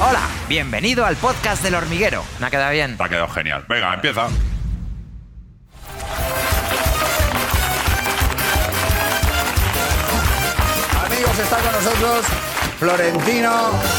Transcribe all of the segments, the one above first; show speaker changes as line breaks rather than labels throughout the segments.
Hola, bienvenido al podcast del hormiguero. Me ha quedado bien.
Te ha quedado genial. Venga, empieza.
Amigos, está con nosotros Florentino,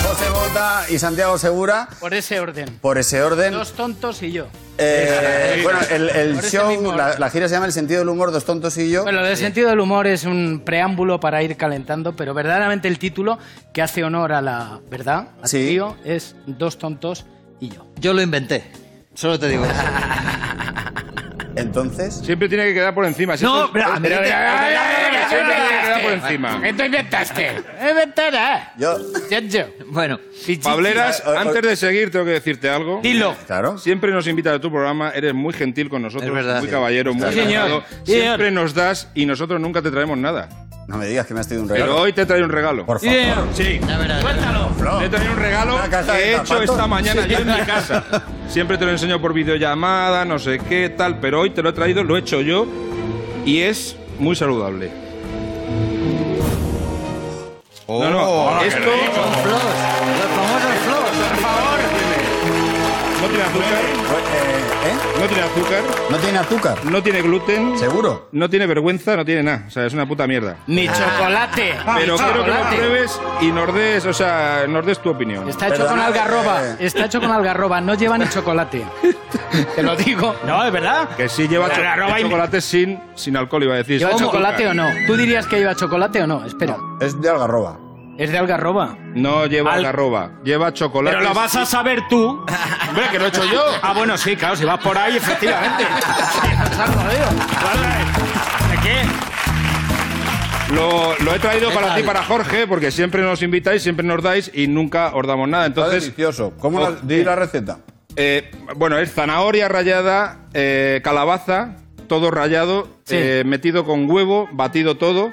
José Bota y Santiago Segura.
Por ese orden.
Por ese orden.
Dos tontos y yo.
Eh, bueno, el, el
Por ese mismo
show,
orden.
la, la gira se llama El sentido del humor, dos tontos y yo.
Bueno, lo del sentido del humor es un preámbulo para ir calentando, pero verdaderamente el título que hace honor a la verdad, a tu
Sí.
tío, es Dos tontos y yo.
Yo lo inventé. Solo te digo. eso.
Entonces,
Siempre tiene que quedar por encima.
No, pero a mí
Pero-
te-
Siempre tiene que quedar por encima.
¿Qué te inventaste? ¡Inventará!
yo.
Sergio.
Bueno,
Pableras,
Ah, ah,
antes de seguir tengo que decirte algo.
Dilo.
Claro.
Siempre nos invitas a tu programa, eres muy gentil con nosotros,
Es verdad.
muy caballero, muy
Sí, señor.
educado.
Sí,
Siempre nos das y nosotros nunca te traemos nada.
No me digas que me has traído un
Pero
regalo.
hoy te traigo un regalo.
Por favor.
Sí,
Flo.
te traigo un regalo
Una caja
que
de
he hecho
zapatos.
esta mañana yo en mi casa. Siempre te lo enseño por videollamada, no sé qué, tal, pero hoy te lo he traído, lo he hecho yo y es muy saludable. no, no, esto
Floss. Los famosos Floss.
no tiene azúcar,
Eh, ¿eh?
no tiene azúcar,
No tiene azúcar.
no tiene gluten,
¿Seguro?
no tiene vergüenza, no tiene nada. O sea, es una puta mierda.
Ni chocolate.
Ah, Pero
Ni
quiero que lo
chocolate.
pruebes y nos des, o sea, nos des tu opinión.
Está hecho
Perdona,
con algarroba.
eh.
Está hecho con algarroba. No lleva ni chocolate. Te lo digo. No, es verdad.
Que sí lleva cho-
Algarroba y-
chocolate sin, sin alcohol, iba a decir.
¿Lleva
Sin
chocolate
azúcar.
o no? ¿Tú dirías que lleva chocolate o no? Espera.
Es de algarroba.
Es de algarroba.
No lleva
Al-
algarroba, lleva chocolate.
Pero lo vas a saber tú.
Hombre, que lo he hecho yo.
Ah, bueno, sí, claro, si vas por ahí, efectivamente. Claro, ¿De qué?
Lo, lo he traído para
tal?
ti, para Jorge, porque siempre nos invitáis, siempre nos dais y nunca os damos nada.
Está
Entonces,
delicioso. ¿Cómo la,
Oh,
di la receta?
Eh, bueno, es zanahoria rallada, eh, calabaza, todo rallado,
Sí.
eh, metido con huevo, batido todo,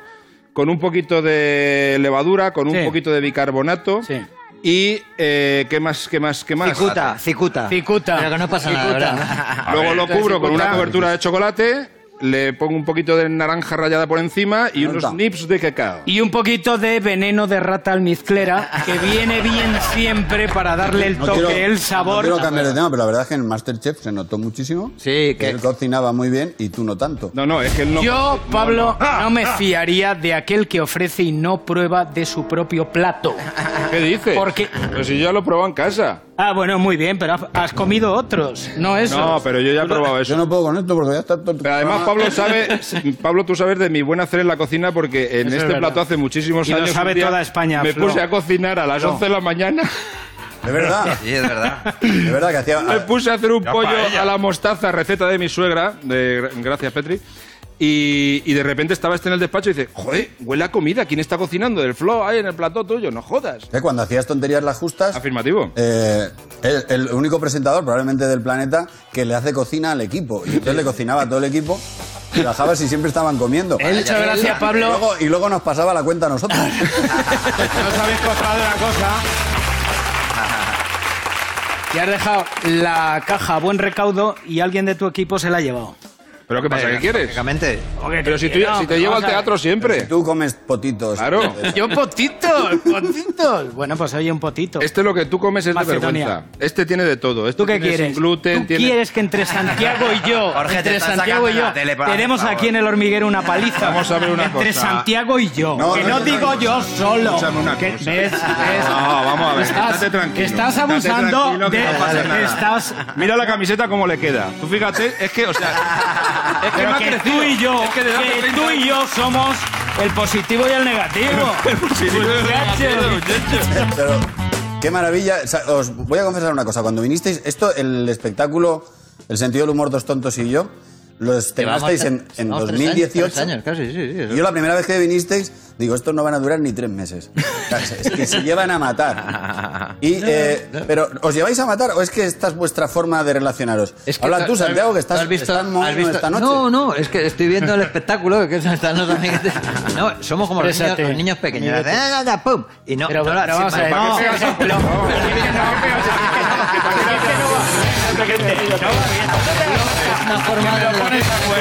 con un poquito de levadura, con
Sí.
un poquito de bicarbonato.
Sí.
Y eh, qué más, qué más, qué más.
Cicuta, cicuta.
Cicuta.
Pero que no pasa nada,
Cicuta.
¿verdad?
Luego lo cubro con una
cicuta.
cobertura de chocolate, le pongo un poquito de naranja rallada por encima y unos
Anda.
nips de cacao.
Y un poquito de veneno de rata almizclera, que viene bien siempre para darle el toque, el sabor.
No quiero cambiar de tema, pero la verdad es que en Masterchef se notó muchísimo.
Sí, que-
Él cocinaba muy bien y tú no tanto.
No, no, es que él no.
Yo, Pablo, no me fiaría de aquel que ofrece y no prueba de su propio plato.
¿Qué dices?
Porque-
Pero si yo ya lo he probado en casa.
Ah, bueno, muy bien, pero has- has comido otros, no eso.
No, pero yo ya he probado eso.
Yo no Ah. puedo con esto porque ya está todo.
Pero además, Pablo sabe, Pablo, tú sabes de mi buen hacer en la cocina porque
Eso
en
es
este
verdad.
plato hace muchísimos
Y lo
años. un
sabe
día
toda España,
Me
Flo.
puse a cocinar a las 11 de la mañana.
De verdad.
Sí, es verdad.
De verdad que hacía.
Me puse a hacer un
Ya
pollo
paella.
a la mostaza, receta de mi suegra. de- gracias, Petri. Y, y de repente estaba este en el despacho y dice: Joder, huele a comida. ¿Quién está cocinando? El Flo ahí en el plato tuyo. No jodas.
Que Eh, cuando hacías tonterías las justas.
Afirmativo.
eh, el, el único presentador, probablemente del planeta, que le hace cocina al equipo. Y entonces le cocinaba a todo el equipo. Y bajabas y siempre estaban comiendo.
Muchas gracias,
Y
Pablo.
luego, y luego nos pasaba la cuenta a nosotros.
No os habéis comprado una cosa.
Y has dejado la caja a buen recaudo y alguien de tu equipo se la ha llevado.
¿Pero qué
Eh,
pasa? ¿Qué quieres?
Lógicamente.
Pero si, tú- si te llevo al teatro siempre.
Tú comes potitos.
Claro.
Yo potitos, potitos. Bueno, pues oye, un potito.
Este lo que tú comes es de
Macedonia.
vergüenza. Este tiene de todo. Este
¿Tú qué
tiene sin
quieres?
gluten,
¿Tú
tiene...
quieres que entre Santiago y yo,
Jorge, te
entre
están
Santiago y
sacando la
yo,
tele para-
tenemos
por favor.
aquí en el hormiguero una paliza?
Vamos a ver una
Entre
cosa.
Santiago y yo,
No,
que
no,
no,
no,
digo
no.
yo solo.
Escúchame una
Que-
cosa.
¿ves? ¿ves?
No, vamos a ver, estate tranquilo.
Estás
Estate
abusando
tranquilo que
de...
no pasa nada.
estás...
Mira la camiseta cómo le queda. Tú fíjate, es que, o sea, es que
pero
no ha
que
crecido.
tú y yo,
Es que de
que tú y yo somos el positivo y el negativo.
Pero qué maravilla. O sea, os voy a confesar una cosa. Cuando vinisteis, esto, el espectáculo, el sentido del humor, dos tontos y yo, lo estrenasteis en, en
No, tres años,
2018.
tres años, casi, sí, sí. eso.
Y Yo la primera vez que vinisteis, digo, estos no van a durar ni tres meses. Es que se llevan a matar. Y, eh, pero, ¿os lleváis a matar o es que esta es vuestra forma de relacionaros?
Es que
Habla tú,
has-
Santiago, que estás, estás mono
has visto-
esta noche.
No, no, es que estoy viendo el espectáculo. Que están los amiguetes. No, somos como los niños,
Exprésate,
los niños pequeños.
amiguete.
Ah, ah, ah, pum, Y no,
Pero,
no,
pero
sí,
vamos a ver,
para-
no.
para-
Pero-
para-
pero-
sé qué te digo.
Es una forma de...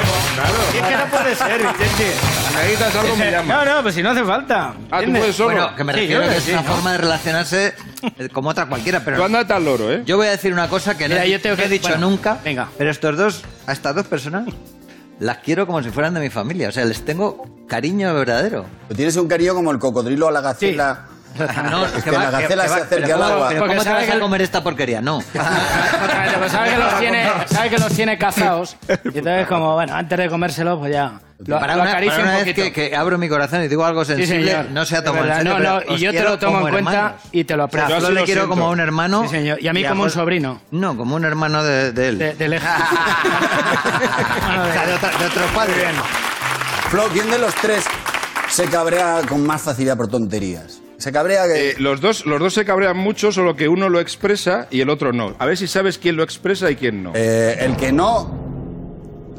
Y es que no puede ser, Vicente.
Necesitas algo me llama.
No, no, pues si no hace falta.
Ah, tú
¿entiendes?
puedes solo.
Bueno, que me
Sí,
refiero
yo
que
creo
es
que
una
sí, ¿no?
forma de relacionarse eh, como otra cualquiera,
Tú
pero...
andas al loro, ¿eh?
Yo voy a decir una cosa que
Mira,
no he,
yo tengo
no he
que-
dicho
bueno,
nunca,
venga.
pero estos dos, a estas dos personas, las quiero como si fueran de mi familia. O sea, les tengo cariño verdadero.
Tienes un cariño como el cocodrilo a la gacela.
No,
Es que la gacela se acerca
pero
al
¿cómo-
agua.
pero
Porque
¿Cómo te
sabe
vas
que
a
el-
comer esta porquería? No.
Exactamente, pues sabe que los tiene, sabe que los tiene cazados. Y entonces, como, bueno, antes de comérselo, pues ya. Lo,
para
lo
una,
acaricia
para una
un
vez
poquito.
que, que abro mi corazón y digo algo
Sí,
sensible,
señor.
no sea
De
tomado en
verdad,
serio.
No,
pero
no, y
os
yo te
quiero
lo tomo
como
en cuenta
hermanos.
y te lo
O sea,
aprecio.
yo
así
le
lo
quiero
siento.
como a un hermano.
Sí, señor. Y a mí
a
como un
Jorge-
sobrino.
No, como un hermano de, de él.
De, de lejos.
O sea, de, otra- de otro padre.
Flo, ¿quién de los tres se cabrea con más facilidad por tonterías? Se cabrea que...
Eh, los, dos, los dos se cabrean mucho, solo que uno lo expresa y el otro no. A ver si sabes quién lo expresa y quién no.
eh, el que no,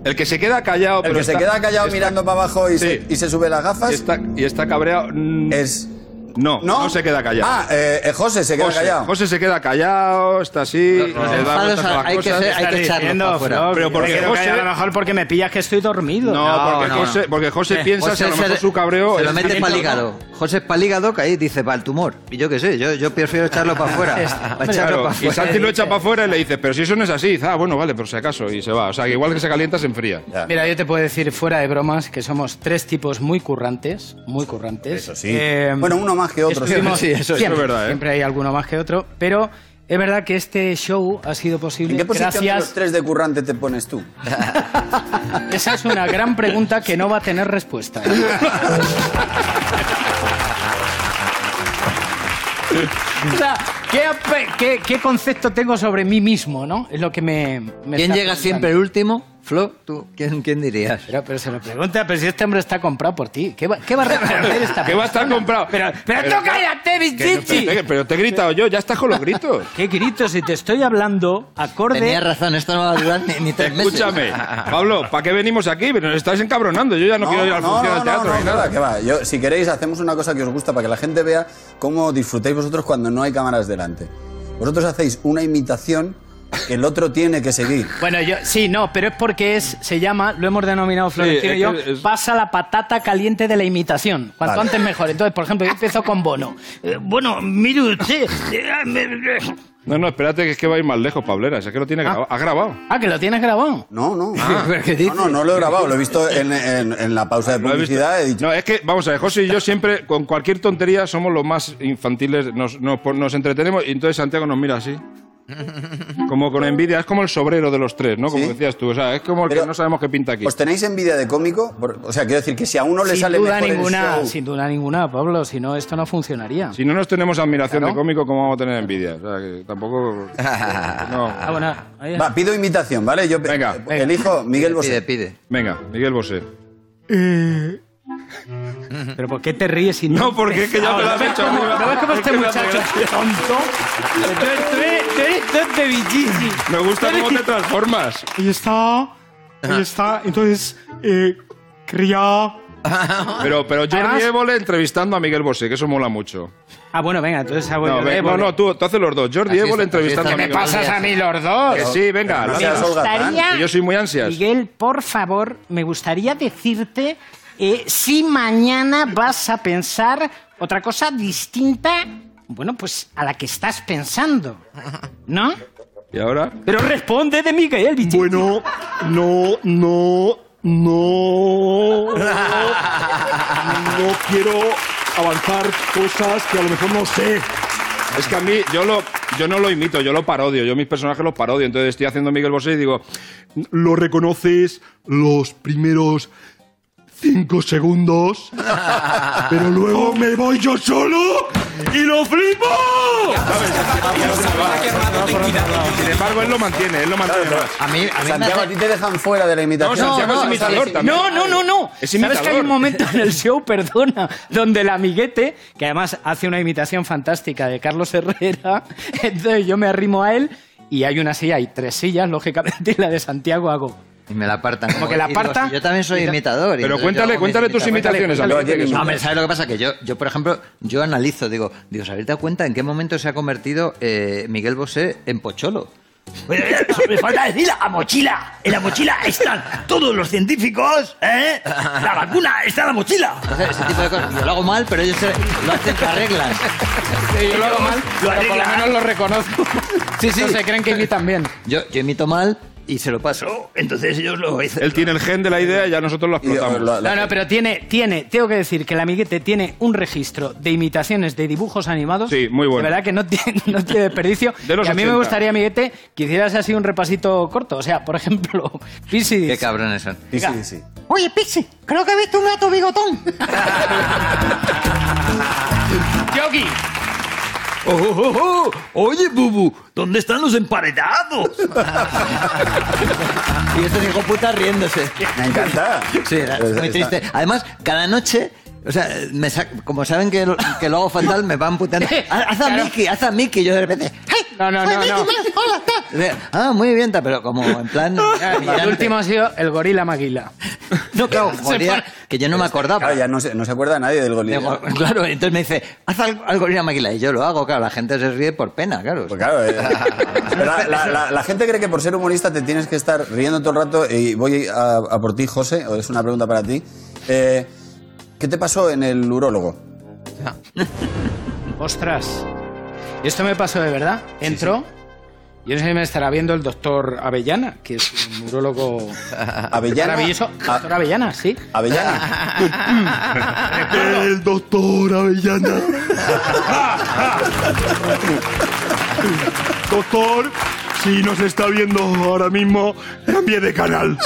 El que se queda callado,
el
pero
que se
está-
queda callado
está-
mirando para abajo y, se,
Sí.
y se sube las gafas
y está, y está cabreado. mm,
es...
no, no, se queda callado.
Ah, eh, eh, José se queda
José,
callado.
José se queda callado, está así,
Los
le da
enfados
vueltas a las
hay que
cosas.
ser- hay
Estás
que echarlos
diciendo,
para afuera.
Flo,
Pero
que
porque
me quedo
José-
callado, a lo mejor porque me pillas que estoy dormido.
No,
No,
porque,
no,
José,
no.
porque José piensa que a lo
se-
mejor su cabreo.
Se lo
es-
mete para el hígado. José es para el hígado que ahí dice, para el tumor. Y yo qué sé, yo, yo prefiero echarlo para afuera.
Este,
Para echarlo
Claro,
para
y
afuera.
Santi lo echa para afuera y le dice, pero si eso no es así, dice, ah, bueno, vale, por si acaso, y se va. O sea, que igual que se calienta, se enfría.
Ya.
Mira, yo te puedo decir fuera de bromas que somos tres tipos muy currantes, muy currantes. Eh,
Eso sí. Bueno, uno más que otro, sí.
estuvimos-
Sí, eso- eso es
siempre,
verdad, ¿eh?
Siempre hay alguno más que otro, pero es verdad que este show ha sido posible
¿En qué posición de los
gracias.
tres de currante te pones tú?
Esa es una gran pregunta que no va a tener respuesta. ¿eh? O sea, ¿qué, ape- qué- qué concepto tengo sobre mí mismo, no? Es lo que me. me
¿Quién
está
llega
preguntando.
siempre el último? Flo, ¿tú quién, quién dirías?
Pero, pero se lo pregunta, pero si este hombre está comprado por ti. ¿Qué va, qué va a responder esta
¿Qué va a estar comprado?
Pero, pero, tú cállate,
Que no,
Vicente.
pero te- pero te he gritado yo, ya estás con los gritos.
¿Qué grito? Si te estoy hablando, acorde.
Tenía razón, esto no va a durar ni, ni tres meses.
Escúchame, Pablo, ¿para qué venimos aquí? Pero nos estás encabronando, yo ya no, quiero ir al función del teatro
no,
ni nada.
nada, que va. Yo, si queréis, hacemos una cosa que os gusta para que la gente vea cómo disfrutáis vosotros cuando no hay cámaras delante. Vosotros hacéis una imitación que el otro tiene que seguir.
Bueno, yo sí, no, pero es porque es se llama, lo hemos denominado Florentino
es
y yo,
que es-
pasa la patata caliente de la imitación. Cuanto
Vale.
antes mejor. Entonces, por ejemplo, yo empiezo con Bono. Eh, bueno, mire usted. eh, me-
No, no, espérate, que es que va a ir más lejos, Pablera. Es que lo tiene grabado. Has grabado.
Ah, que lo tienes grabado.
No, no.
¿Pero qué dices?
No, no, no lo he grabado. Lo he visto en, en- en la pausa de
Lo he visto.
publicidad. He dicho,
No, es que, vamos a ver, José y yo siempre, con cualquier tontería, somos los más infantiles, nos, nos pon- nos entretenemos y entonces Santiago nos mira así. Como con envidia, es como el sobrero de los tres, ¿no? Como
Sí.
decías tú, o sea, es como el
Pero-
que no sabemos qué pinta aquí.
¿os tenéis envidia de cómico? Por- O sea, quiero decir que si a uno le
sin
sale
duda
mejor el
ninguna,
show-
sin duda ninguna, Pablo, si no esto no funcionaría.
Si no nos tenemos admiración
Claro.
de cómico, ¿cómo vamos a tener envidia? O sea, que tampoco... no.
Ah, bueno, ahí-
Va, pido imitación, ¿vale? Yo
Venga.
eh, elijo Miguel
Pide,
Bosé.
pide.
Venga, Miguel Bosé.
Pero ¿por qué te ríes si
No, porque es que ya me lo has hecho.
¿No ves cómo este muchacho es tonto? Tú eres- tú eres- tú eres tonto, bichísimo.
Me gusta
Tú eres-
cómo te transformas.
Ahí está. Ahí está. Entonces, eh, quería.
Pero, pero Jordi
Además-
Évole entrevistando a Miguel Bosé, que eso mola mucho.
Ah, bueno, venga, entonces hago
No,
yo
ve-
de
no,
Évole.
no, tú, tú haces los dos. Jordi
Así es,
Évole
así
entrevistando
es,
a
¿qué
Me
Miguel Bosé.
pasas a mí los dos.
Que sí, venga.
No
lanza.
seas Olga Tan.
Que Yo soy muy ansias.
Miguel, por favor, me gustaría decirte eh, si mañana vas a pensar otra cosa distinta, bueno, pues a la que estás pensando, ¿no?
¿Y ahora?
Pero responde de Miguel, bichísimo.
Bueno, no, no, no. No quiero avanzar cosas que a lo mejor no sé.
Es que a mí, yo, lo, yo no lo imito, yo lo parodio. Yo mis personajes los parodio. Entonces estoy haciendo Miguel Bosé y digo,
Lo reconoces los primeros cinco segundos, pero luego me voy yo solo y lo flipo.
sin embargo, él lo mantiene, él lo mantiene más.
A mí, a mí me
Santiago, a
hace-
ti te dejan fuera de la
No,
imitación.
Santiago es
no,
imitador
sí, sí.
también.
No, no, no, no. ¿Sabes
Es
que hay
imitador.
un momento en el show, perdona, donde el amiguete, que además hace una imitación fantástica de Carlos Herrera, entonces yo me arrimo a él y hay una silla, hay tres sillas, lógicamente, y la de Santiago hago.
Y me la apartan.
Como que la
Y digo,
aparta.
"Sí, Yo también soy imitador. y
Pero
entonces yo
cuéntale,
hago mis
cuéntale tus imitaciones.
cuéntale,
Alberto, que
No,
son-
hombre, ¿sabes lo que pasa? Que yo, yo, por ejemplo, yo analizo, digo, digo, ¿os habéis dado cuenta en qué momento se ha convertido eh, Miguel Bosé en pocholo?
Me falta decir la mochila. En la mochila están todos los científicos, ¿eh? La vacuna está en la mochila.
Entonces, ese tipo de cosas. Yo lo hago mal, pero ellos se- lo hacen, lo arreglan.
yo lo hago mal,
Lo
pero por lo
arregla.
menos lo reconozco. Sí, sí. se creen que imitan bien.
Yo, yo imito mal y se lo paso.
Eso, entonces ellos lo dicen.
Él tiene el gen de la idea y ya nosotros lo
Y,
explotamos.
lo- lo-
No, no, pero tiene, tiene, tengo que decir que el amiguete tiene un registro de imitaciones de dibujos animados.
Sí, muy bueno.
De verdad que no tiene, no tiene desperdicio.
De los
y a mí
80.
me gustaría, amiguete, que hicieras así un repasito corto. O sea, por ejemplo, Pisi.
Qué cabrones son.
Sí, sí, sí.
Oye, Pixie, creo que he visto un gato bigotón.
Yogi.
Oh, oh, oh, oh. Oye, Bubu, ¿dónde están los emparedados?
Y estos hijos putas riéndose.
Me encanta.
Sí, era
Pues
muy
está-
triste. Además, cada noche, o sea, me sa- como saben que lo, que lo hago fatal, me van puteando. Haz haz a
Claro.
Mickey, haz a Mickey. Yo de repente.
Hey,
No, no,
soy
no,
Mickey
no.
Mouse. Hola, está.
Ah, muy bien, ta- pero como en plan.
El último ha sido el gorila maguila.
No, claro, gorila,
pone-
que yo no me acordaba.
Claro, ya no se, no se acuerda nadie del
De
golito.
go- Claro, entonces me dice, haz algo, algo gorila maquila. Y yo lo hago, claro, la gente se ríe por pena, claro.
Pues claro, eh. Pero la, la- la- la gente cree que por ser humorista te tienes que estar riendo todo el rato y voy a, a por ti, José, o es una pregunta para ti. Eh, ¿Qué te pasó en el urólogo?
Ostras. Y esto me pasó de verdad. Entró. Yo no sé si me estará viendo el doctor Avellana, que es un neurólogo
Ah,
Avellana. Ah.
maravilloso.
A-
Doctor Avellana, sí.
Avellana.
El doctor Avellana. doctor, si nos está viendo ahora mismo, cambie de canal.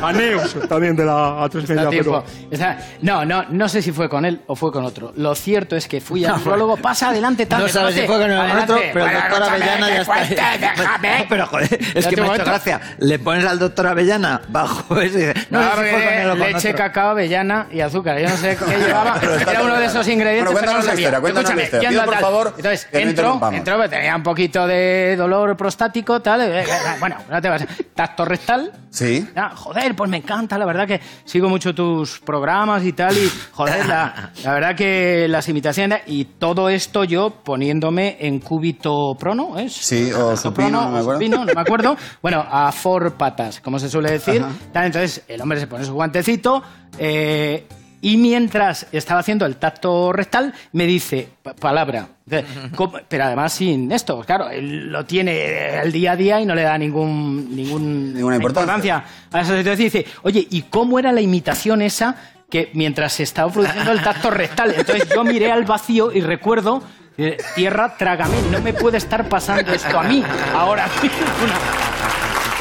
A Neus, también de la A3
Da
Media,
tiempo.
pero...
Está- No, no, no sé si fue con él o fue con otro. Lo cierto es que fui al neurólogo. Pasa adelante, tarde.
No sabes si fue con el otro, pero el doctor Avellana ya está. ahí. No, pero joder, es
Ya
que
te
me ha
voy
hecho
a-
gracia. Le pones al doctor Avellana bajo ese. y dice,
No,
No, sé si fue con él o
porque
con
leche,
otro.
cacao, avellana y azúcar. Yo no sé qué llevaba.
Pero está
Era uno de
terminado.
esos ingredientes.
Bueno,
pero no
cuéntanos la
sabía.
historia, cuéntanos la
Escúchame,
historia.
yo
Pido,
ando
por
al-
favor,
Entonces,
que no
entro,
interrumpamos.
entro, pero tenía un poquito de dolor prostático, tal. eh, eh, Bueno, no te vas. Tacto rectal.
Sí.
Ah, joder, pues me encanta, la verdad que sigo mucho tus programas y tal, y joder, la, la verdad que las imitaciones y todo esto yo poniéndome en cúbito prono, ¿es?
Sí, o
Cúbito
supino, no me
o
acuerdo.
supino, no me acuerdo. Bueno, a four patas, como se suele decir. Tal, entonces el hombre se pone su guantecito eh, y mientras estaba haciendo el tacto rectal me dice pa- palabra. Dice, "¿Cómo?" Pero además sin esto, claro, él lo tiene al día a día y no le da ningún, ningún
Ninguna importancia.
a esa situación y dice, oye, ¿y cómo era la imitación esa que mientras se estaba produciendo el tacto rectal? Entonces yo miré al vacío y recuerdo, eh, tierra, trágame, no me puede estar pasando esto a mí ahora.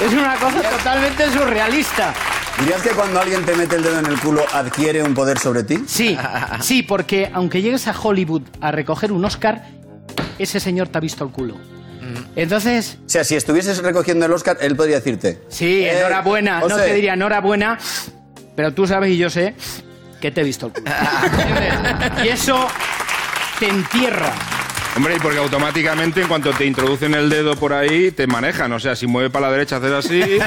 Es una cosa totalmente surrealista.
¿Dirías que cuando alguien te mete el dedo en el culo adquiere un poder sobre ti?
Sí, sí, porque aunque llegues a Hollywood a recoger un Oscar, ese señor te ha visto el culo. Entonces,
O sea, si estuvieses recogiendo el Oscar, él podría decirte.
sí,
"Eh,
enhorabuena, no
José,
te diría enhorabuena, pero tú sabes y yo sé que te he visto el culo. ¿Entiendes? y eso te entierra.
Hombre, y porque automáticamente en cuanto te introducen el dedo por ahí, te manejan. O sea, si mueve para la derecha, haces así. si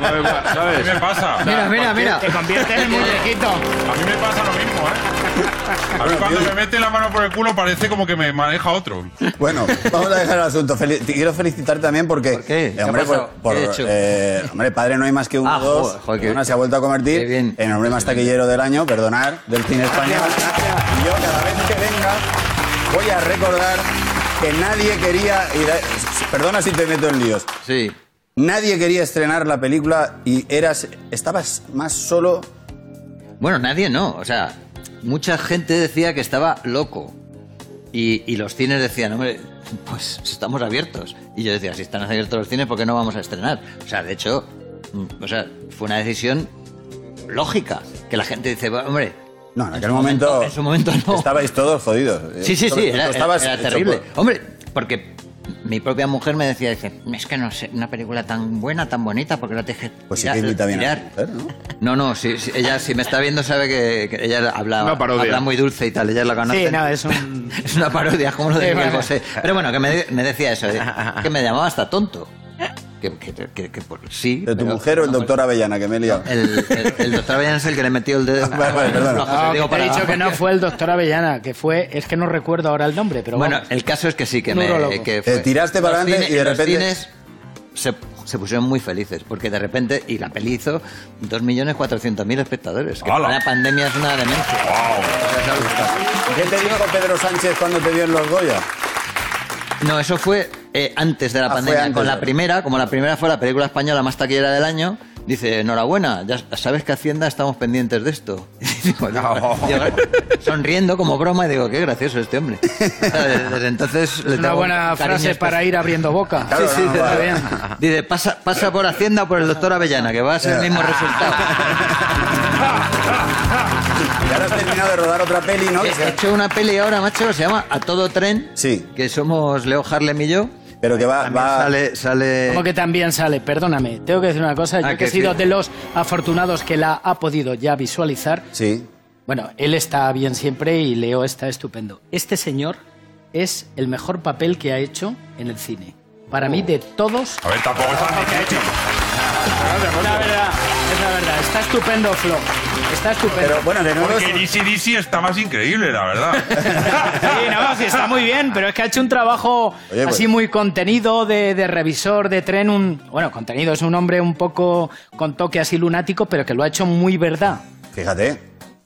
mueve pa- ¿Sabes?
¿Qué me pasa? A
Mira, mira, mira.
Te conviertes en muñequito.
mí me pasa lo mismo, ¿eh? A mí cuando me mete la mano por el culo parece como que me maneja otro.
Bueno, vamos a dejar el asunto. Feli- te quiero felicitar también porque.
¿Por qué?
eh,
¿Qué ha
hombre,
pasado?
por- por,
¿Qué he hecho?
eh, hombre, padre, no hay más que uno,
Ah,
dos.
joder, joder, qué
Una
bien.
se ha vuelto a convertir
Qué bien.
en hombre más taquillero del año, perdonar, del cine español. Y yo, cada vez que venga, voy a recordar que nadie quería. ir a- Perdona si te meto en líos.
Sí.
Nadie quería estrenar la película y eras. Estabas más solo.
Bueno, nadie no. O sea, mucha gente decía que estaba loco. Y, y los cines decían, hombre, pues estamos abiertos. Y yo decía, si están abiertos los cines, ¿por qué no vamos a estrenar? O sea, de hecho, mm, o sea, fue una decisión lógica. Que la gente dice, "Bueno, hombre.
No, en aquel
su
momento.
En su momento no.
Estabais todos jodidos.
Sí, sí, sí,
Eh, Sobre-
era,
estabas
era
hecho
terrible.
polvo.
Hombre, porque mi propia mujer me decía, dice, es que no sé, una película tan buena, tan bonita, porque no te dejes
Pues sí
tirar-
que invita bien a
tirar".
la ¿eh? mujer, ¿no?
No, no, sí, sí, ella si me está viendo sabe que, que ella habla,
Una parodia.
habla muy dulce y tal, ella la conoce.
Sí, no, es un-
Es una parodia, como lo de
Sí,
Miguel
vale.
Bosé. Pero bueno, que me, de- me decía eso, eh, que me llamaba hasta tonto. Que, que, que- que por- sí.
¿Pero tu
pero-
mujer o el
no,
doctor Avellana, que me he liado?
El, el- el doctor Avellán es el que le metió el dedo.
Vale, vale, perdona.
No, José,
No,
digo
que te he
para-
dicho que no fue el doctor Avellana, que fue, es que no recuerdo ahora el nombre, pero
Bueno, eh,
vamos.
el caso es que sí, que
Neurólogo.
me. que
Te tiraste
Los
para adelante
cines-
y de
los
repente-
cines se, se pusieron muy felices, porque de repente, y la peli hizo 2.400.000 espectadores. Que
¡Hala!
la pandemia es una demencia.
¿Qué te dijo Pedro Sánchez cuando te dio en los Goya?
No, eso fue eh, antes de la
Ah, fue
pandemia,
antes
con
de-
la primera, como la primera fue la película española más taquillera del año. Dice, enhorabuena, ya sabes que Hacienda estamos pendientes de esto. Y digo, yo, sonriendo como broma y digo, qué gracioso este hombre. O sea, Desde, desde entonces le
Es una
tengo
buena
un cariño
frase
especial.
para ir abriendo boca.
Claro,
Sí, sí,
no,
está
vale.
bien. Dice, pasa, pasa por Hacienda o por el doctor Avellana, que va a ser el mismo resultado.
Y ahora has terminado de rodar otra peli, ¿no?
He hecho una peli ahora, macho, que se llama A Todo Tren,
Sí.
que somos Leo Harlem y yo.
Pero que va...
También
va...
sale... sale...
Como que también sale, perdóname, tengo que decir una cosa, yo
eh. Ah,
que,
que
he sido
sí.
de los afortunados que la ha podido ya visualizar.
Sí.
Bueno, él está bien siempre y Leo está estupendo. Este señor es el mejor papel que ha hecho en el cine. Para mí, de todos,
A ver, tampoco está
la verdad, es la verdad, está estupendo, Flo. Está estupendo.
Pero bueno, de nuevo... es-
Porque E DC DC está más increíble, la verdad.
Sí, no, sí, está muy bien, pero es que ha hecho un trabajo
Oye, pues-
así muy contenido de, de revisor de tren. Un, bueno, contenido es un hombre un poco con toque así lunático, pero que lo ha hecho muy verdad.
Fíjate.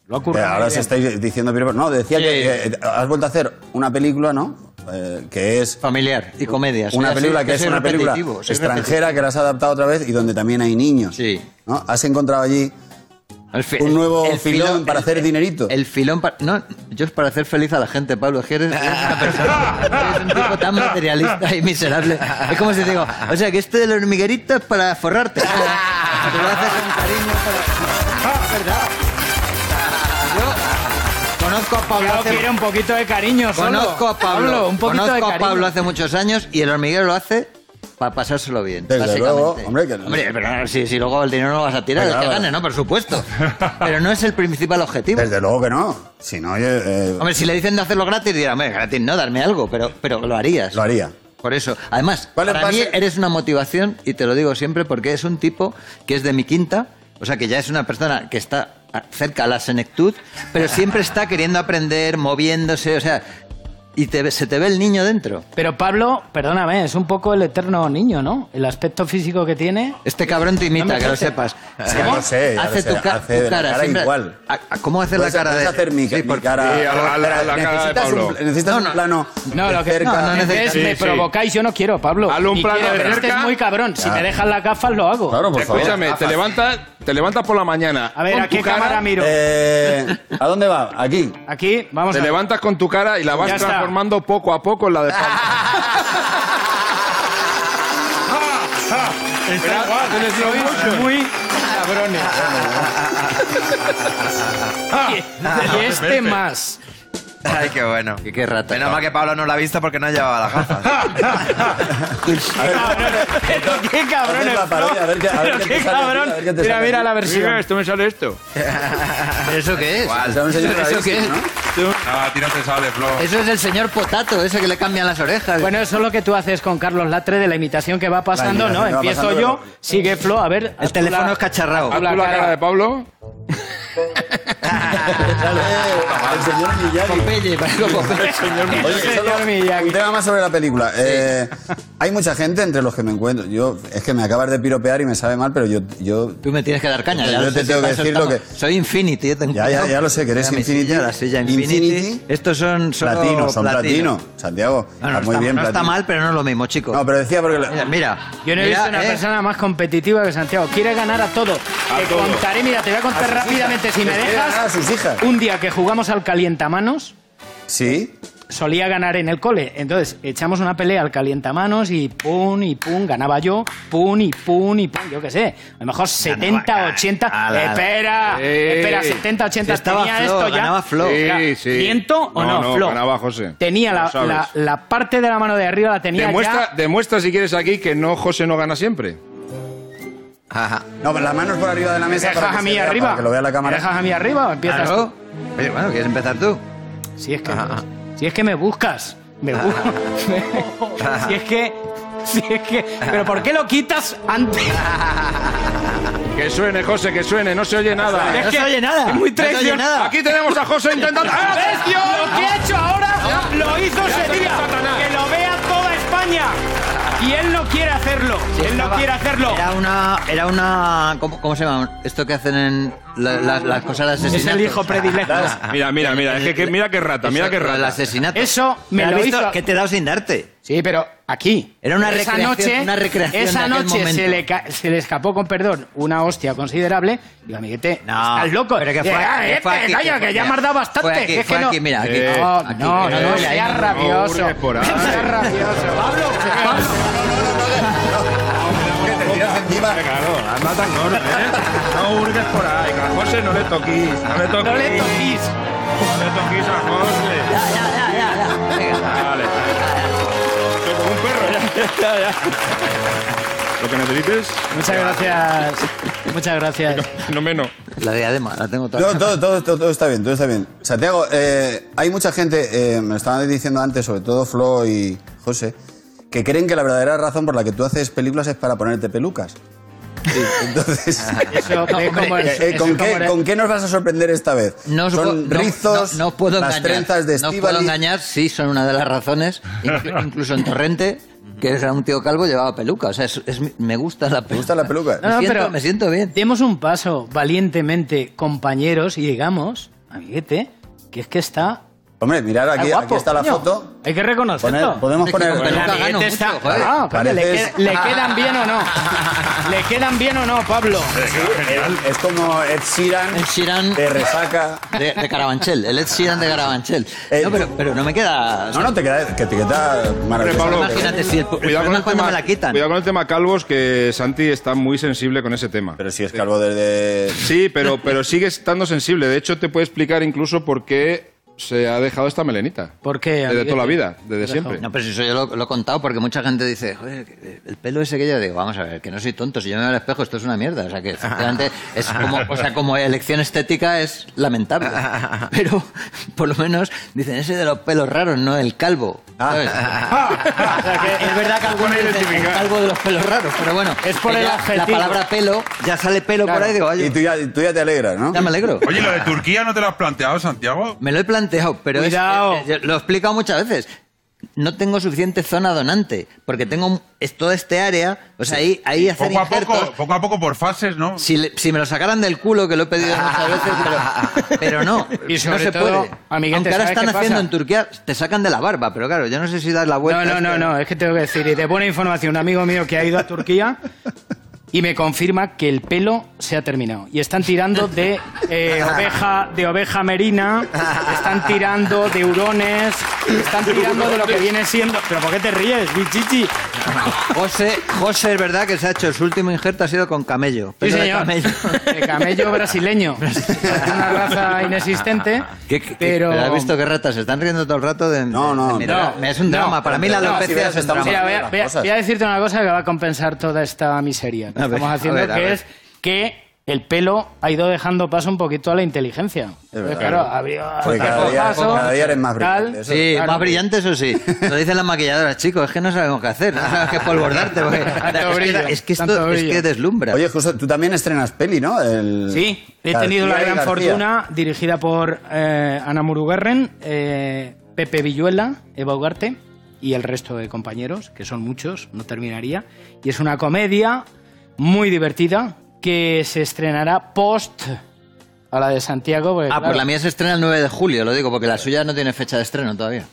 Lo ha currado
Eh, ahora
muy
se
bien.
estáis diciendo... piropos. No, decía que eh, has vuelto a hacer una película, ¿no? Eh, que es...
familiar y comedia.
Una
Soy así,
película que
yo
es
soy
una película
repetitivo, soy
extranjera que la has adaptado otra vez y donde también hay niños.
Sí.
¿no? ¿Has encontrado allí
repetitivo. El fi-
un nuevo
el
filón para hacer dinerito?
El filón para... No, yo es para hacer feliz a la gente, Pablo. Es que eres, eres una persona... Eres un tipo tan materialista y miserable. Es como si te digo, o sea, que este del hormiguerito es para forrarte. Te lo haces con cariño para... Es verdad. Yo conozco a Pablo
Yo
hace...
quiero un poquito de cariño, solo.
Conozco a Pablo.
un poquito de
conozco a
cariño.
Pablo hace muchos años y el hormiguero lo hace para pasárselo bien.
Desde
básicamente.
luego, hombre, que-
pero no, si, si luego el dinero no lo vas a tirar,
Venga,
el que
vale.
gane, ¿no? Por supuesto. Pero no es el principal objetivo.
Desde luego que no. Si no, yo, eh,
Hombre, si le dicen de hacerlo gratis, dirá, hombre, gratis no, darme algo, pero, pero lo harías.
lo haría.
Por eso. Además,
Vale,
para mí
pase.
eres una motivación, y te lo digo siempre, porque es un tipo que es de mi quinta, o sea, que ya es una persona que está a- cerca a la senectud, pero siempre está queriendo aprender, moviéndose, o sea, y te ve- se te ve el niño dentro.
Pero Pablo, perdóname, es un poco el eterno niño, ¿no? El aspecto físico que tiene.
Este cabrón te imita,
No me
que lo
parece.
sepas.
Ya lo sé, ya lo
hace
sé,
tu, ca-
hace
tu
la
cara,
cara
siempre-
igual.
¿A- a- ¿Cómo hace la
Puedes-
cara
puedes
de.?
hacer mi,
Sí,
mi
por-
cara.
Sí, a la- a la- a la cara de
necesitas
Pablo.
Un, necesitas
No,
un
no.
plano
No,
de
lo que
cerca.
no, no
es
necesitas-
me
Sí, sí.
provocáis, yo no quiero, Pablo.
Hazlo un
Ni
plano
quiero,
de
pero este
cerca.
es muy cabrón. Si me dejas las gafas, lo hago.
Claro, por favor.
Escúchame, te levantas, te levantas por la mañana.
A ver,
con
¿a qué
tu cara,
cámara miro?
Eh, ¿A dónde va? Aquí.
Aquí, vamos
Te
a ver.
levantas con tu cara y la vas
Ya está.
transformando poco a poco en la de Pablo.
Está igual.
Sois muy cabrones. y este más.
Ay, qué bueno.
Qué- qué rata.
Menos mal que Pablo no la ha visto porque no llevaba las gafas.
Pero qué cabrones.
Haced la parodia, a ver qué- a ver
Pero
qué te
qué
sale aquí,
cabrón.
a ver qué te
Mira,
sale
mira
aquí.
la
Mira,
versión.
esto me sale esto.
¿Pero eso qué es?
O sea, un señor
¿Eso
rarísimo,
qué es?
¿no?
Nada, tírate sable, Flo.
Eso es el señor Potato, ese que le cambian las orejas.
Bueno, eso es lo que tú haces con Carlos Latre de la imitación que va pasando,
imitación
¿no?
que va
Empiezo
pasando,
yo,
pero-
sigue Flo, a ver.
el teléfono es cacharrado.
Haz tú la cara de Pablo.
Sale
Ah.
el señor Miyagi.
Popeye, parece como Popeye.
Oye,
Señor
solo
Miyagi.
un tema más sobre la película. Eh, hay mucha gente entre los que me encuentro. Yo es que me acabas de piropear y me sabe mal, pero yo, yo
Tú me tienes que dar caña. ya
Yo
lo
te tengo
sé, si
que
para
decir
eso
lo
estamos-
que-
Soy Infinity. yo tengo-
Ya, ya, ya lo sé, que eres
Mira mi
Infinity.
silla, la silla Infinity.
Infinity.
Estos son solo
platino, son platino.
platino.
Santiago,
No, no,
está muy
está,
bien
no está
platino.
mal, pero no es lo mismo, chicos.
No, pero decía porque...
Mira, mira.
Yo no he
mira,
visto una
eh,
persona más competitiva que Santiago. Quiere ganar a todo. te
todo.
contaré, mira, te voy a contar rápidamente si me
Les quiere ganar a
dejas.
sus hijas.
Un día que jugamos al calientamanos,
Sí,
solía ganar en el cole. Entonces echamos una pelea al calientamanos y pum y pum, ganaba yo, pum y pum y pum, yo qué sé. A lo mejor 70, 80.
ala, ala.
espera,
Sí.
espera, 70, 80.
Sí, estaba
tenía
Flo,
esto ya.
ganaba Flo.
Sí,
Era,
sí.
¿Miento o
No,
no,
no,
Flo?
ganaba José.
Tenía
Lo
la,
sabes.
la- la parte de la mano de arriba, la tenía
Demuestra,
ya.
demuestra si quieres aquí que no José no gana siempre.
Ajá.
no, pero las manos por arriba de la
¿Me
mesa para
dejas
que,
a
se
mí
vea,
arriba?
para que lo vea la
¿Me dejas
cámara.
a mí arriba o empiezas
claro. Oye, bueno, ¿quieres empezar tú?
tú? Si es que, si es que me buscas. Me buscas. si es que. Si es que. ¿Pero por qué lo quitas antes?
Que suene, José, que suene, no se oye nada.
no se oye nada.
Es muy
No se oye
traición.
nada.
Aquí tenemos a José intentando. ¡Ah,
¡Bestia! Lo que he hecho ahora lo hizo
Ya
ese
está
día.
Satanás.
Que lo vea toda España.
Y él no quiere hacerlo.
Sí,
él no
estaba-
quiere hacerlo.
Era una. Era una ¿cómo, cómo se llama? Esto que hacen en la- la- las cosas de asesinato.
Es el hijo predilecto.
Mira, mira, mira. Es que, que- mira qué rata, mira qué
El
rata.
asesinato.
Eso me
¿Has
lo
visto?
hizo-
Que te he dado sin darte.
Sí, pero aquí.
Era una
esa
recreación,
noche,
una recreación de
esa
aquel
noche
momento.
se le, ca- se le escapó con perdón una hostia considerable. Y amiguete,
No,
estás loco.
pero que fue
Eh,
aquí,
ah,
que fue
vete,
aquí,
calla,
que fue-
que ya me has dado
mira,
bastante.
fue aquí,
que es
fue
que no.
aquí, mira,
No,
aquí. Aquí,
no, no
eh, ahí
seas
no
rabioso.
hurgues por
No
ahí.
seas rabioso. Pablo, Pablo.
Que te tiras encima.
Claro, anda tan gordo, ¿eh? No hurgues por ahí. que A José no le toquís. No le toquís.
No le toquís.
No le toquís a José. Vale. Soy como un perro, ya. Lo que necesites,
Muchas gracias. Muchas gracias.
no menos.
La diadema, la tengo toda.
No, todo, todo, todo, todo está bien, todo está bien. Santiago, eh, hay mucha gente, eh, me lo estaban diciendo antes, sobre todo Flo y José, que creen que la verdadera razón por la que tú haces películas es para ponerte pelucas. Sí, Entonces,
Eso, ve cómo es-
eh,
eso
¿con,
cómo
qué,
eres.
con qué nos vas a sorprender esta vez?
No os
Son
pu- no-
rizos,
no- no os puedo
las
engañar.
trenzas de
No os
Estíbaliz.
puedo engañar, sí, son una de las razones. Inclu- incluso en Torrente, que era un tío calvo, llevaba peluca. O sea, es- es mi- me gusta la peluca.
¿Te gusta la peluca?
Me siento- me siento bien.
Demos un paso valientemente, compañeros, y digamos, amiguete, que es que está.
Hombre, mirad, aquí,
está guapo,
aquí está la
coño.
foto.
Hay que reconocerlo.
Poner- podemos
Es que con
poner...
peluca
Amiguete
gano mucho,
Pues está-
joder.
Ah, coño, le,
Pareces-
qued- le quedan bien o no. Le quedan bien o no, Pablo.
Es como Ed Sheeran,
Ed Sheeran.
te resaca...
Eh, De, de Carabanchel, el Ed Sheeran de Carabanchel.
Eh,
No, pero, pero no me queda. o sea,
No, no, te queda, que te queda maravilloso.
Pablo,
imagínate si el, el problema es cuando me la quitan.
cuidado con el tema calvos, que Santi está muy sensible con ese tema.
Pero si es calvo desde...
Sí, pero, pero sigue estando sensible. De hecho, te puede explicar incluso por qué se ha dejado esta melenita.
¿Por qué,
Desde
amiguete?
toda la vida, desde
Pues, Deja.
siempre.
No, pero si eso yo lo, lo he contado porque mucha gente dice, joder, eh, el pelo ese que yo digo, vamos a ver, que no soy tonto, si yo me veo al espejo esto es una mierda. O sea, que efectivamente es como, o sea, como elección estética es lamentable. Pero por lo menos dicen ese de los pelos raros, no el calvo. ¿sabes? O sea, que es verdad que algunos dicen el calvo de los pelos raros, pero bueno,
Es por
que
el
ya la
adjetivo.
palabra pelo, ya sale pelo por ahí, digo,
Y
oye,
tú ya, tú ya te alegras, ¿no?
ya me alegro.
Oye, ¿lo de Turquía no te lo has planteado, Santiago?
Me lo he planteado, pero es-
Cuidado.
eh, eh, lo he explicado muchas veces. No tengo suficiente zona donante, porque tengo un- es toda este área, o sea, ahí, ahí hacer
Poco a poco,
injertos.
poco a poco por fases, ¿no?
Si, le- si me lo sacaran del culo, que lo he pedido muchas veces, pero, pero no.
Y sobre
no se
todo,
puede.
amiguete,
Aunque ahora
¿sabes
están
qué
haciendo
pasa?
en Turquía, te sacan de la barba, pero claro, yo no sé si das la vuelta.
No, no, no, no, es que tengo que decir, y de buena información, un amigo mío que ha ido a Turquía y me confirma que el pelo se ha terminado. Y están tirando de, eh, oveja, de oveja merina, están tirando de hurones, están tirando de lo que viene siendo. ¿Pero por qué te ríes, bichichi?
José, José, es verdad que se ha hecho su último injerto, ha sido con camello.
Sí,
pelo de
señor.
camello.
De camello brasileño. Una raza inexistente.
¿Qué- qué-
pero.
¿Has visto qué ratas? Se están riendo todo el rato de...
No, no,
de
no.
mirar. Es un
No,
drama. Para mí la
no, si
alopecia
veas,
es un
estamos
drama.
Mira, voy a,
las
voy a-
cosas.
voy a decirte una cosa que va a compensar toda esta miseria que
A ver,
estamos
a
haciendo,
ver, a
que
ver.
es que el pelo ha ido dejando paso un poquito a la inteligencia. Entonces,
verdad.
claro, habría
Porque cada
dejado
día-
paso,
cada día eres más brillante, eso.
Sí,
Claro.
más brillante, eso sí. Lo dicen las maquilladoras, chicos, es que no sabemos qué hacer, no sabemos qué polvordarte. porque- es,
brillo,
que, es que
tanto
esto es
brillo.
que deslumbra.
Oye, justo, tú también estrenas peli, ¿no? El-
Sí, he
García
tenido la
y
gran
García.
fortuna, dirigida por eh, Ana Murugarren, eh, Pepe Villuela, Eva Ugarte y el resto de compañeros, que son muchos, no terminaría. Y es una comedia muy divertida que se estrenará post a la de Santiago. porque,
ah,
claro,
pues la mía se estrena el 9 de julio, lo digo, porque la suya no tiene fecha de estreno todavía.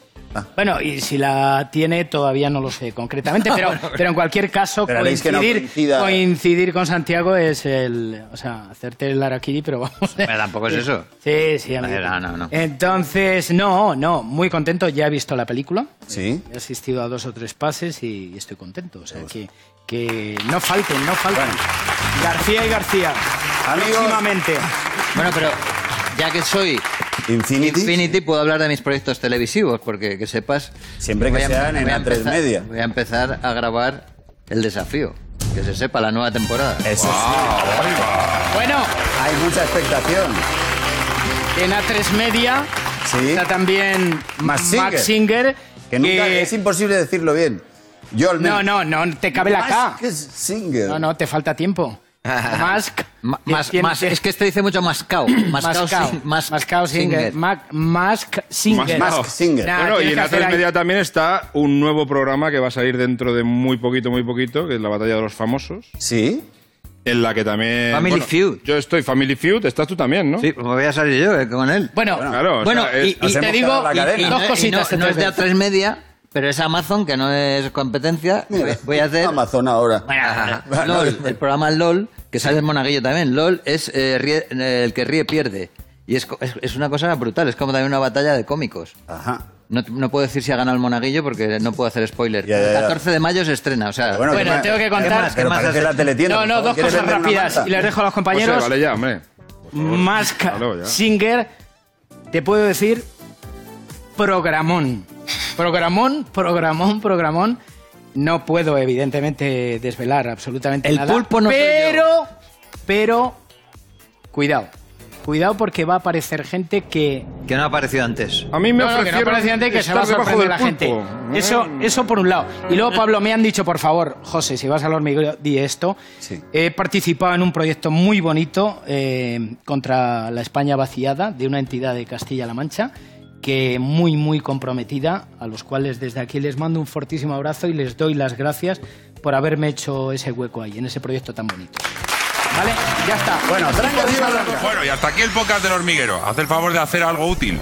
Bueno, y si la tiene todavía no lo sé concretamente, pero, pero en cualquier caso
Pero haréis que no
coincidir,
coincida.
coincidir con Santiago es el, o sea, hacerte el araquiri, pero vamos.
Pero tampoco es eso.
Sí, sí, amigo.
No, no, no.
Entonces, no, no, muy contento, ya he visto la película,
Sí.
he asistido a dos o tres pases y estoy contento, o sea, que, que no falten, no falten.
García y García.
Amigos.
Próximamente.
Bueno, pero ya que soy
Infinity.
Infinity, puedo hablar de mis proyectos televisivos, porque que sepas.
Siempre que
voy a-
sean en
voy a
A3
empezar-
Media.
Voy a empezar a grabar El Desafío, que se sepa la nueva temporada.
Eso
Bueno,
sí. Hay mucha expectación.
en A3 Media
Sí.
está también
Max Singer.
Max Singer,
Que nunca...
que-
Es imposible decirlo bien. Yo al
No,
menos...
no, no, te cabe la K.
Vázquez Singer.
No, no, te falta tiempo. Mask.
Ma- Más,
Tiene-
más- es que este dice mucho mascao. Mascao,
Mascao.
sin- mask
Mascao Singer.
singer.
Ma- Mask Singer.
Mascao.
Mask Singer.
Nah,
bueno,
tiene
y en
que
la
hacer
otra
ahí-
media también está un nuevo programa que va a salir dentro de muy poquito, muy poquito, que es la Batalla de los Famosos,
Sí.
en la que también...
Family
bueno,
Feud.
Yo estoy Family Feud, estás tú también, ¿no?
Sí, pues me voy a salir yo eh, con él.
Bueno,
Claro, o
Bueno,
sea, es-
y, y
nos
te
hemos
digo,
quedado en la
y- y
cadena.
no-
Dos
y
cositas,
no, no es de
entonces.
A3 Media, pero es Amazon, que no es competencia.
Mira,
Voy a hacer...
Amazon ahora.
eh,
Bueno, LOL, el programa LOL, que sale el monaguillo también. LOL es eh, ríe- eh, el que ríe pierde. Y es, co- es- es una cosa brutal, es como también una batalla de cómicos.
Ajá.
No, no puedo decir si ha ganado el monaguillo porque no puedo hacer spoiler.
Ya, ya, ya.
El 14 de mayo se estrena, o sea...
Bueno,
¿qué más?
tengo que
¿Qué
contar-
más? Pero
¿qué más
parece
haces?
la teletienda.
No,
por
no,
favor.
dos
¿Quieres
cosas
vender una
rápidas.
manta?
Y les dejo a los
José,
compañeros.
vale ya, hombre.
Mask
Claro, ya.
Singer, te puedo decir programón. Programón, programón, programón. No puedo, evidentemente, desvelar absolutamente
El
nada.
pulpo no soy yo.
Pero, pero, cuidado. Cuidado porque va a aparecer gente que...
Que no ha aparecido antes.
A mí me
No, no, que no
ofrecieron
aparece gente que se
estar
va a
debajo
sorprender la
del
gente.
pulpo.
Eso, eso por un lado. Y luego, Pablo, me han dicho, por favor, José, si vas al hormiguero, di esto.
Sí.
He participado en un proyecto muy bonito eh, contra la España vaciada de una entidad de Castilla-La Mancha que muy, muy comprometida, a los cuales desde aquí les mando un fortísimo abrazo y les doy las gracias por haberme hecho ese hueco ahí, en ese proyecto tan bonito. ¿Vale? Ya está.
Bueno, trancas y barrancas.
Bueno, y hasta aquí el podcast del hormiguero. Haz el favor de hacer algo útil.